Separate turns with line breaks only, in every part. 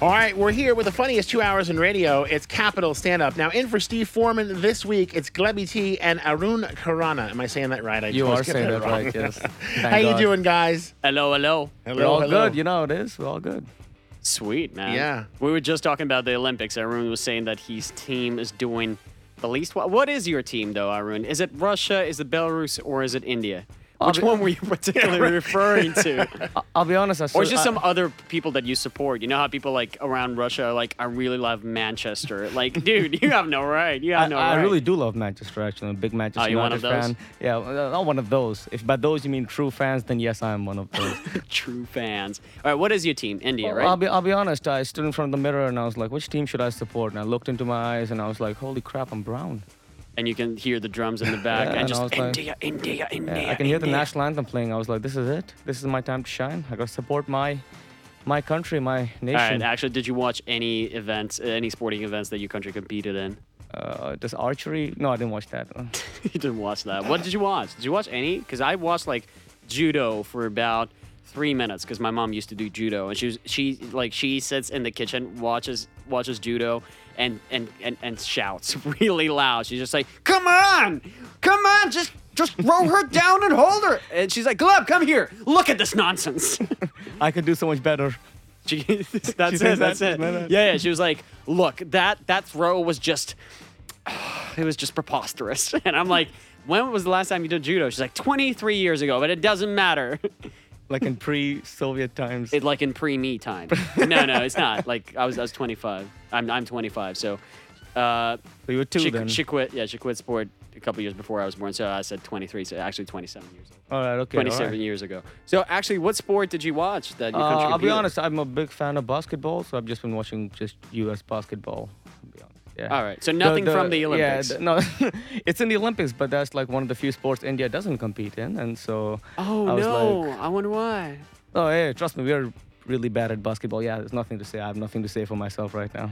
All right, we're here with the funniest two hours in radio. It's Capital Stand Up. Now, in for Steve Foreman this week, it's Glebby T and Arun Karana. Am I saying that right? I
You
always
are
get
saying that
wrong.
right, yes.
How you doing, guys?
Hello, hello.
We're all good. You know how it is. We're all good.
Sweet, man.
Yeah.
We were just talking about the Olympics. Arun was saying that his team is doing the least. Well. What is your team, though, Arun? Is it Russia, is it Belarus, or is it India? Which
Obvi-
one were you particularly referring to?
I- I'll be honest. I
Or
still-
just
I-
some other people that you support. You know how people like around Russia are like, I really love Manchester. Like, dude, you have no right. You have
I,
no
I
right.
really do love Manchester. Actually, I'm a big Manchester
you one of
United fan.
those?
Yeah, uh, not one of those. If by those you mean true fans, then yes, I am one of those.
True fans. All right, what is your team? India, right?
I'll be I'll be honest. I stood in front of the mirror and I was like, which team should I support? And I looked into my eyes and I was like, holy crap, I'm brown.
and you can hear the drums in the back.
Yeah,
and
and
just
I was like-
India, India, India.
Yeah, I can hear the
India."
national anthem playing. I was like, this is it. This is my time to shine. I gotta support my my country, my
All right,
nation.
actually, did you watch any events, any sporting events that your country competed in?
uh, just archery. No, I didn't watch that. one.
you didn't watch that. What did you watch? Did you watch any? Because I watched like judo for about three minutes because my mom used to do judo and she was she like she sits in the kitchen watches watches judo and and and, and shouts really loud she's just like come on come on just just throw her down and hold her and she's like glove come here look at this nonsense
I could do so much better.
She, that's it.
says
That's
that,
it.
no, no.
Yeah, yeah. She was like, "Look, that that throw was just, it was just preposterous." And I'm like, "When was the last time you did judo?" She's like, "23 years ago," but it doesn't matter.
Like in pre-Soviet times.
It's like in pre-me time. No, no, it's not. Like I was, I was 25. I'm, I'm 25. So, uh,
So you were two
she,
then.
she quit. Yeah, she quit sport a couple years before I was born. So I said 23. So actually 27 years. old.
all right, okay. all
27
right.
years ago. So actually, what sport did you watch that your
Uh,
country?
I'll be
competed?
honest. I'm a big fan of basketball, so I've just been watching just U.S. basketball. I'll be honest. Yeah.
All right, so nothing from the Olympics.
Yeah, the- no, it's in the Olympics, but that's like one of the few sports India doesn't compete in, and so
Oh
I was
no!
like,
I wonder why.
oh hey, trust me, we're really bad at basketball. Yeah, there's nothing to say. I have nothing to say for myself right now,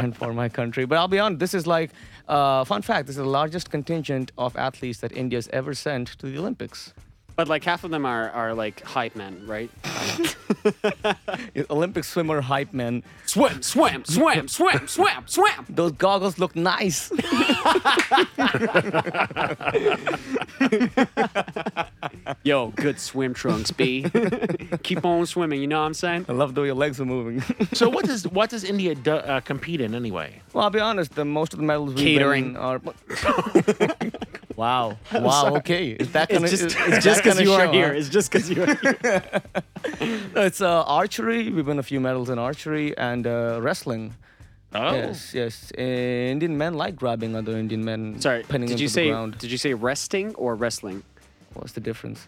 and for my country. But I'll be honest. This is like, uh, fun fact. This is the largest contingent of athletes that India's ever sent to the Olympics.
But like half of them are, are like hype men, right?
Olympic swimmer hype men.
swim, swim, swim, swim, swim, swim.
Those goggles look nice.
Yo, good swim trunks, B. Keep on swimming, you know what I'm saying?
I love the way your legs are moving.
So, what does what does India do, uh, compete in anyway?
well, I'll be honest. The most of the medals we
Catering.
win are. wow! Wow! Okay, is that gonna?
It's just
is-
it's
is that
just because
gonna
you are
show,
here.
huh?
It's just because you are here.
It's uh, archery. We win a few medals in archery and uh, wrestling.
Oh,
Yes, yes. Uh, Indian men like grabbing other Indian men.
Sorry,
pinning them
did you
to
say
the ground.
did you say resting or wrestling?
What's the difference?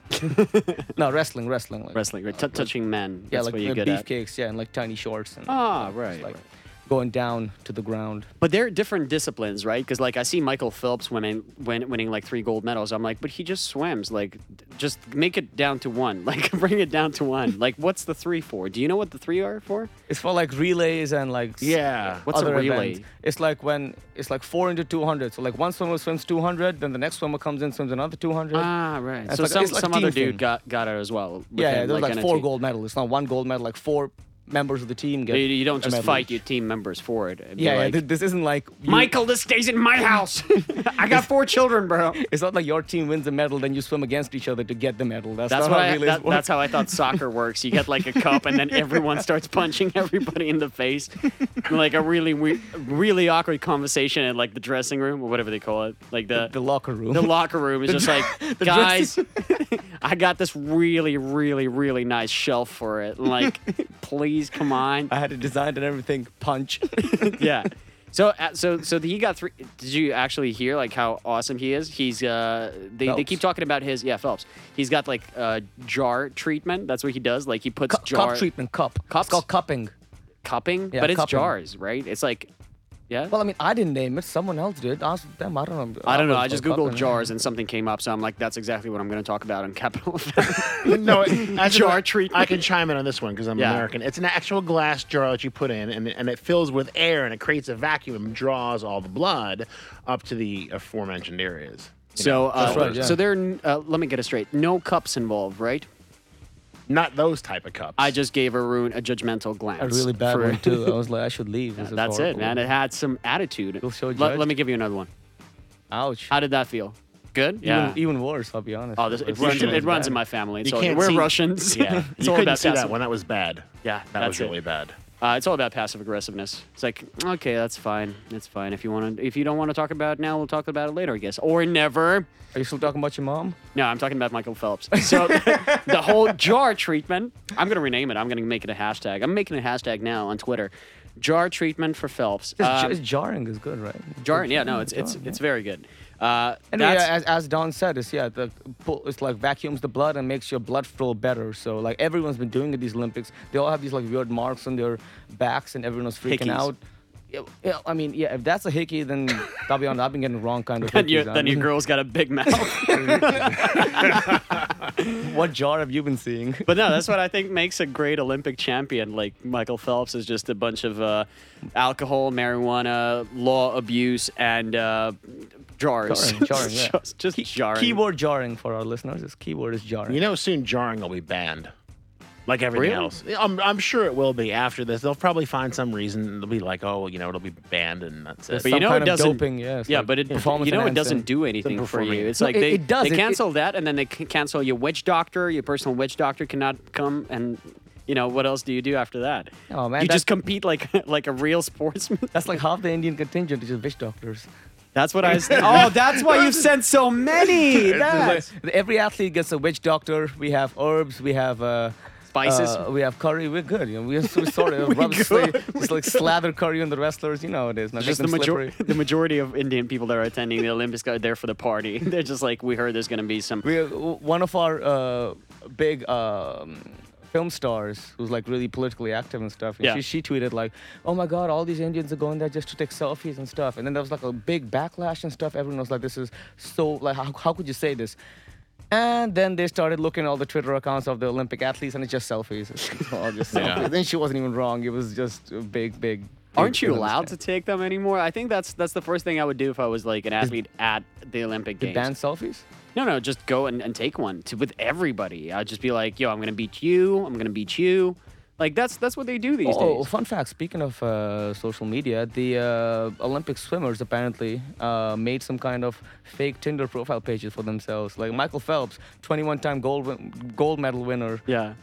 no, wrestling, wrestling, like,
Wrestling, right? T- touching men.
Yeah,
That's
like
what you
uh,
get at.
beefcakes. Yeah, and like tiny shorts and
Ah,
just,
right.
like
right.
going down to the ground.
But they're different disciplines, right? Because like I see Michael Phelps winning, win, winning like three gold medals. I'm like, but he just swims. Like, d- just make it down to one. Like, bring it down to one. Like, what's the three for? Do you know what the three are for?
It's for like relays and like s-
yeah.
What's a
other
relay?
events. It's like when it's like four into two hundred. So like one swimmer swims two hundred, then the next swimmer comes in swims another two hundred.
Ah, right.
It's
So
like-
some,
it's like
some
a
other
team
dude
thing.
got got it as well. with
yeah,
him,
yeah, there's like,
in a
four
team.
gold medals. It's not one gold medal. Like four members of the team
You,
get.
you
a
don't just
medal
fight
each.
your team members for it. It'd be
Yeah, yeah,
like,
th- this isn't like you-
Michael, this stays in my house. I got four children, bro.
It's not like your team wins a medal, then you swim against each other to get the medal. That's,
That's
not
what
how
I,
relays
that,
work.
that's how I thought soccer works. You get like a cup, and then everyone starts punching everybody in the face, like a really we- really awkward conversation in like the dressing room or whatever they call it, like the
the locker room.
the locker room is just like, guys, I got this really really really nice shelf for it. Like, please come on,
I had it designed and everything. Punch.
yeah. So uh, so so he got three. Did you actually hear like how awesome he is? He's uh they, they
Phelps.
keep talking about his yeah Phelps. He's got like uh, jar treatment. That's what he does. Like he puts
Cu-
jar
Cup treatment. Cup.
Cups?
It's called cupping.
cupping,
Yeah,
but it's
cupping.
jars, right? It's like yeah.
Well, I mean, I didn't name it. Someone else did. Ask them. I don't know.
I don't know. I
was
just
called
googled
cupping.
jars and something came up, so I'm like, that's exactly what I'm going to talk about on Capital.
no, as
Jar
I-
treatment.
I can chime in on this one because I'm
Yeah.
American. It's an actual glass jar that you put in, and, and it fills with air, and it creates a vacuum and draws all the blood up to the aforementioned areas.
so uh,
That's right, yeah.
so there. are n- Uh, let me get it straight. No cups involved, right?
Not those type of cups.
I just gave Arun a judgmental glance.
A really bad
for-
one too. I was like, I should leave. This is
That's it,
horrible.
man. It had some attitude.
Feel so
Let-
judged.
let me give you another one.
Ouch.
How did that feel? Good.
Even, even worse, I'll be honest.
oh, this, it
was-
runs.
Russian
It
is
runs
bad.
in my family. It's
You
all,
can't
we're
see-
Russians.
yeah,
it's
you
all
couldn't
about
see that
passive-
one. That was bad.
Yeah,
that was
that's it.
really bad.
Uh, it's all about passive aggressiveness. It's like, okay, that's fine. That's fine. If you want to, if you don't want to talk about it now, we'll talk about it later, I guess, or never.
Are you still talking about your mom?
No, I'm talking about Michael Phelps. So the whole jar treatment. I'm gonna rename it. I'm gonna make it a hashtag. I'm making a hashtag now on Twitter. Jar treatment for Phelps.
It's,
Um,
it's jarring is good, right?
jarring. Yeah, no, it's it's
jarring,
it's very good. Uh,
And
that's-
yeah, as, as Don said, it's yeah, the pull, it's like vacuums the blood and makes your blood flow better. So like everyone's been doing it these Olympics. They all have these like weird marks on their backs, and everyone's freaking
Hickeys.
out. Yeah, yeah, I mean, yeah, if that's a hickey, then I'll be honest, I've been getting wrong kind of.
then, your,
hickeys. I
then your
mean,
girl's got a big mouth.
What jar have you been seeing?
But no, that's what I think makes a great Olympic champion. Like Michael Phelps is just a bunch of uh, alcohol, marijuana, law abuse, and uh, jars.
Jarring, jarring, yeah.
just just jarring.
Keyword jarring for our listeners. This keyword is jarring.
You know, soon jarring will be banned. Like everything
Really?
else. I'm, I'm sure it will be after this. They'll probably find some reason. They'll be like, oh, well, you know, it'll be banned and that's it.
But you
Some
know
kind
it
of
doesn't.
doping, yeah, it's
yeah,
like
but it,
performance
you know it
enhancing.
doesn't do anything for
performing.
you. It's
No,
like
it-
they
it does. It-
they
it-
cancel that, and then they can cancel your witch doctor. Your personal witch doctor cannot come, and you know what else do you do after that?
Oh, man,
you just
that-
compete like like a real sportsman.
That's like half the Indian contingent is just witch doctors.
That's what I was. oh, that's why you've sent so many.
That's-
Every athlete gets a witch doctor. We have herbs. We have uh,
Spices.
uh, we have curry. We're good. You know, we just we sort of rub sla- just like slather curry on the wrestlers. You know how it is. Now make
Just the,
them
major-
slippery.
the majority of Indian people that are attending the Olympics are there for the party. They're just like, we heard there's going to be some.
We have one of our uh, big. Um, Film stars who's like really politically active and stuff. And
Yeah.
she, she tweeted like, "Oh my God, all these Indians are going there just to take selfies and stuff." And then there was like a big backlash and stuff. Everyone was like, "This is so like, how, how could you say this?" And then they started looking at all the Twitter accounts of the Olympic athletes, and it's just selfies. It's all just selfies.
Yeah.
Then she wasn't even wrong. It was just a big, big. big
Aren't you allowed to
misunderstanding.
take them anymore? I think that's that's the first thing I would do if I was like an athlete at the Olympic
They
Games.
ban selfies?
No, no, just go and, and take one to, with everybody. I'd just be like, yo, I'm going to beat you. I'm going to beat you. Like that's that's what they do these
Oh,
days.
fun fact. Speaking of uh, social media, the uh, Olympic swimmers apparently uh, made some kind of fake Tinder profile pages for themselves. Like Michael Phelps, 21-time gold win- gold medal winner,
Yeah.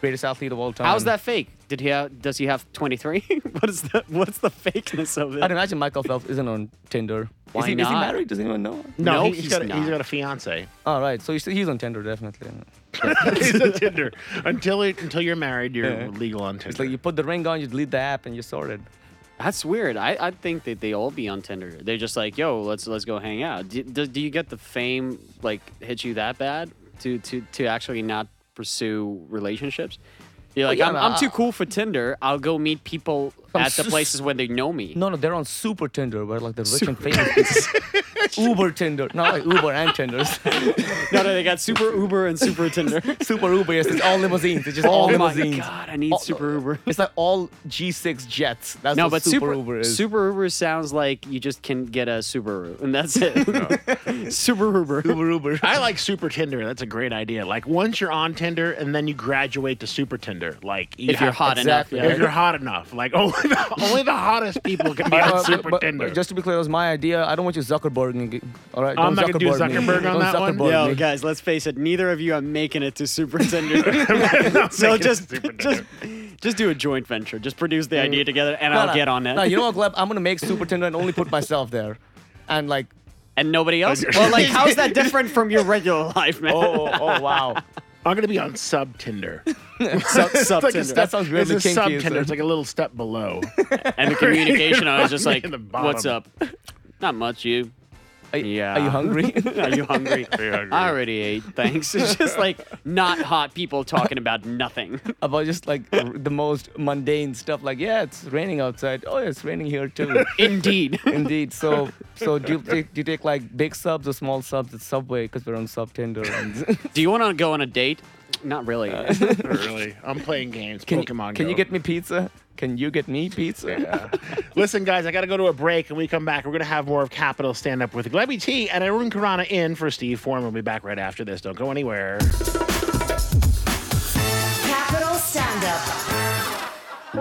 greatest athlete of all time.
How's that fake? Did he have, does he have 23? what is the what's the fakeness of
I'd
it?
imagine Michael Phelps isn't on Tinder.
Why
is, he, is he
not?
married? Does anyone know?
no,
No,
he- he's
he's
got a, he's
not.
got a fiance.
All right, so he's, he's on Tinder definitely.
he's on Tinder. Until it, until you're married, you're
Yeah.
legal on Tinder.
It's like you put the ring on, you delete the app, and you're sorted.
That's weird. I, I think that they all be on Tinder. They're just like, yo, let's let's go hang out. Do, do, do you get the fame like hit you that bad to to to actually not pursue relationships? You're like,
yeah,
I'm,
no,
I'm too
I-
cool for Tinder. I'll go meet people
I'm
at the
s-
places when they know me.
No, no, they're on Super Tinder, where like the rich and famous people. Uber Tinder, not like Uber and Tinders.
no, no, they got super Uber and super Tinder.
Super Uber, yes, it's all limousines. It's just all
oh my
limousines.
god, I need
All-
super Uber.
It's like all G6 jets. That's
No,
what
but
Super, Uber is.
Super Uber sounds like you just can get a Subaru, and that's it. super Uber.
Uber Uber.
I like Super Tinder. That's a great idea. Like once you're on Tinder and then you graduate to Super Tinder. Like you
If you're
have-
hot
exactly.
enough,
If you're hot enough, like only the, only the hottest people can be
Uh,
on Super
but-
Tinder.
but just to be clear, that was my idea. I don't want you Zuckerberging. it. All right,
I'm
don't
not gonna do
Zuckerberg me.
Zuckerberg on
Don't
that one.
Zuckerberg
Yo,
me.
guys, let's face it. Neither of you are making it to Super Tender. so
making it
just,
to Super
just, just do a joint venture. Just produce the idea together, and
No,
I'll
no,
get on it.
No, you know what, Gleb? I'm gonna make Super Tinder and only put myself there, and like.
and nobody else. well, like, how's that different from your regular life, man?
Oh, oh, oh wow.
I'm gonna be on Sub Tinder.
Sub- sub
Like a
Tinder.
step-
That sounds really
it's a
kinky,
Sub
isn't
Tinder.
it?
It's like a little step below.
and the communication, I was just like,
In the bottom.
"What's up? Not much, you."
Are,
Yeah.
Are you hungry?
Are you hungry?
you hungry?
I already ate. Thanks. It's just like not hot people talking about nothing.
About just like r- the most mundane stuff. Like, yeah, it's raining outside. Oh, yeah, it's raining here too.
Indeed.
Indeed. So, so do you take, do you take like big subs or small subs at Subway because we're on Sub Tinder? And
Do you want to go on a date? Not really.
really, I'm playing games.
can,
Pokemon.
can
Go.
you get me pizza? Can you get me pizza?
Listen, guys, I got to go to a break, and we come back. We're going to have more of Capital Stand Up with Glebby T and Arun Karana in for Steve Foreman. We'll be back right after this. Don't go anywhere.